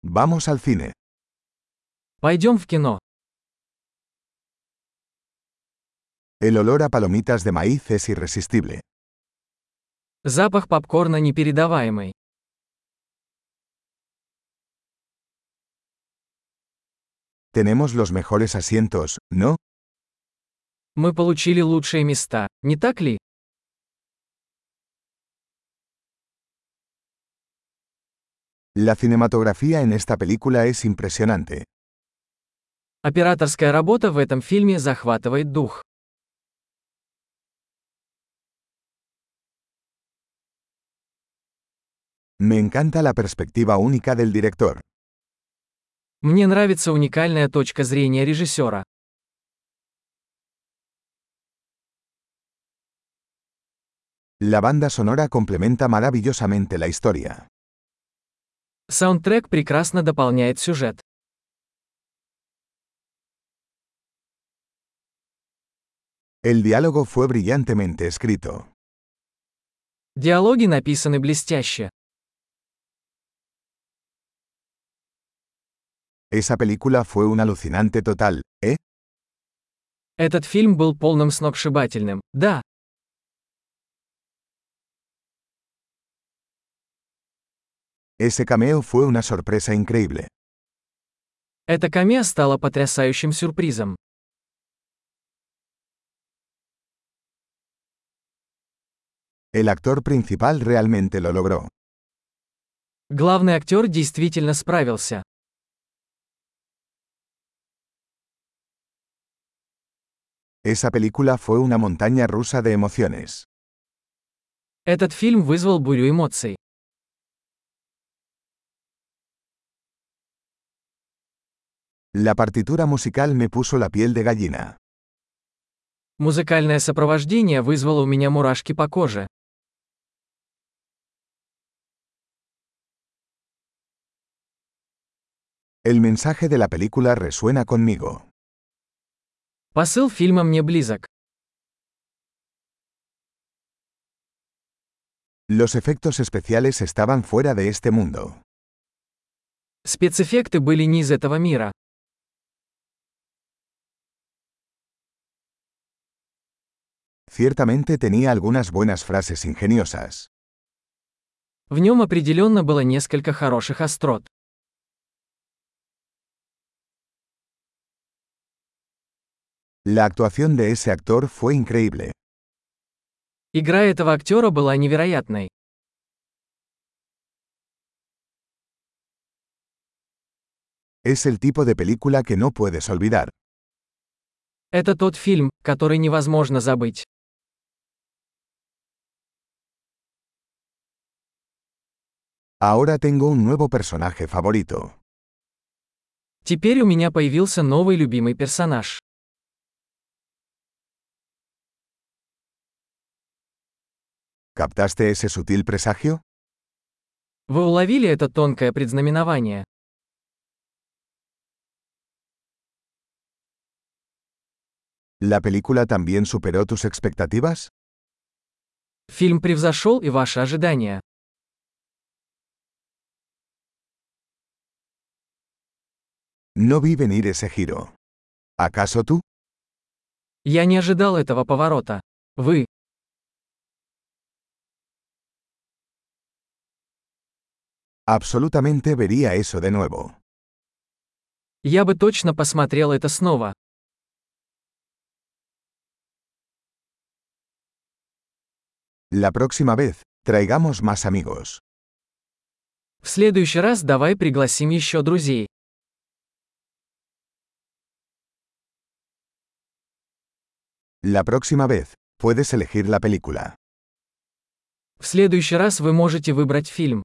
Vamos al cine. Пойдем в кино. El olor a palomitas de maíz es irresistible. Запах попкорна непередаваемый. Tenemos los mejores asientos, ¿no? Мы получили лучшие места, не так ли? La cinematografía en esta película es impresionante. Операторская работа в этом фильме захватывает дух. Me encanta la perspectiva única del director. Мне нравится уникальная точка зрения режиссера. La banda sonora complementa maravillosamente la historia. Саундтрек прекрасно дополняет сюжет. El diálogo fue brillantemente escrito. Диалоги написаны блестяще. Esa película fue un alucinante total, ¿eh? Этот фильм был полным сногсшибательным. Да, Ese cameo fue una sorpresa increíble. это камео стало потрясающим сюрпризом. El actor principal realmente lo logró. Главный актер действительно справился. Esa película fue una montaña rusa de emociones. Этот фильм вызвал бурю эмоций. La partitura musical me puso la piel de gallina. Музыкальное сопровождение вызвало у меня мурашки по коже. El mensaje de la película resuena conmigo. Посыл фильма мне близок. Los efectos especiales estaban fuera de este mundo. Спецэффекты были не из этого мира. Ciertamente tenía algunas buenas frases ingeniosas. В нем определенно было несколько хороших острот. La actuación de ese actor fue increíble. Игра этого актера была невероятной. Es el tipo de película que no puedes olvidar. Это тот фильм, который невозможно забыть. Ahora tengo un nuevo personaje favorito. Теперь у меня появился новый любимый персонаж. ¿Captaste ese sutil presagio? Вы уловили это тонкое предзнаменование. ¿La película también superó tus expectativas? Фильм превзошел и ваши ожидания. No vi venir ese giro. ¿Acaso tú? Я не ожидал этого поворота. Вы. Absolutamente vería eso de nuevo. Я бы точно посмотрел это снова. La próxima vez, traigamos más amigos. В следующий раз давай пригласим еще друзей. La próxima vez, puedes elegir la película. В следующий раз вы можете выбрать фильм.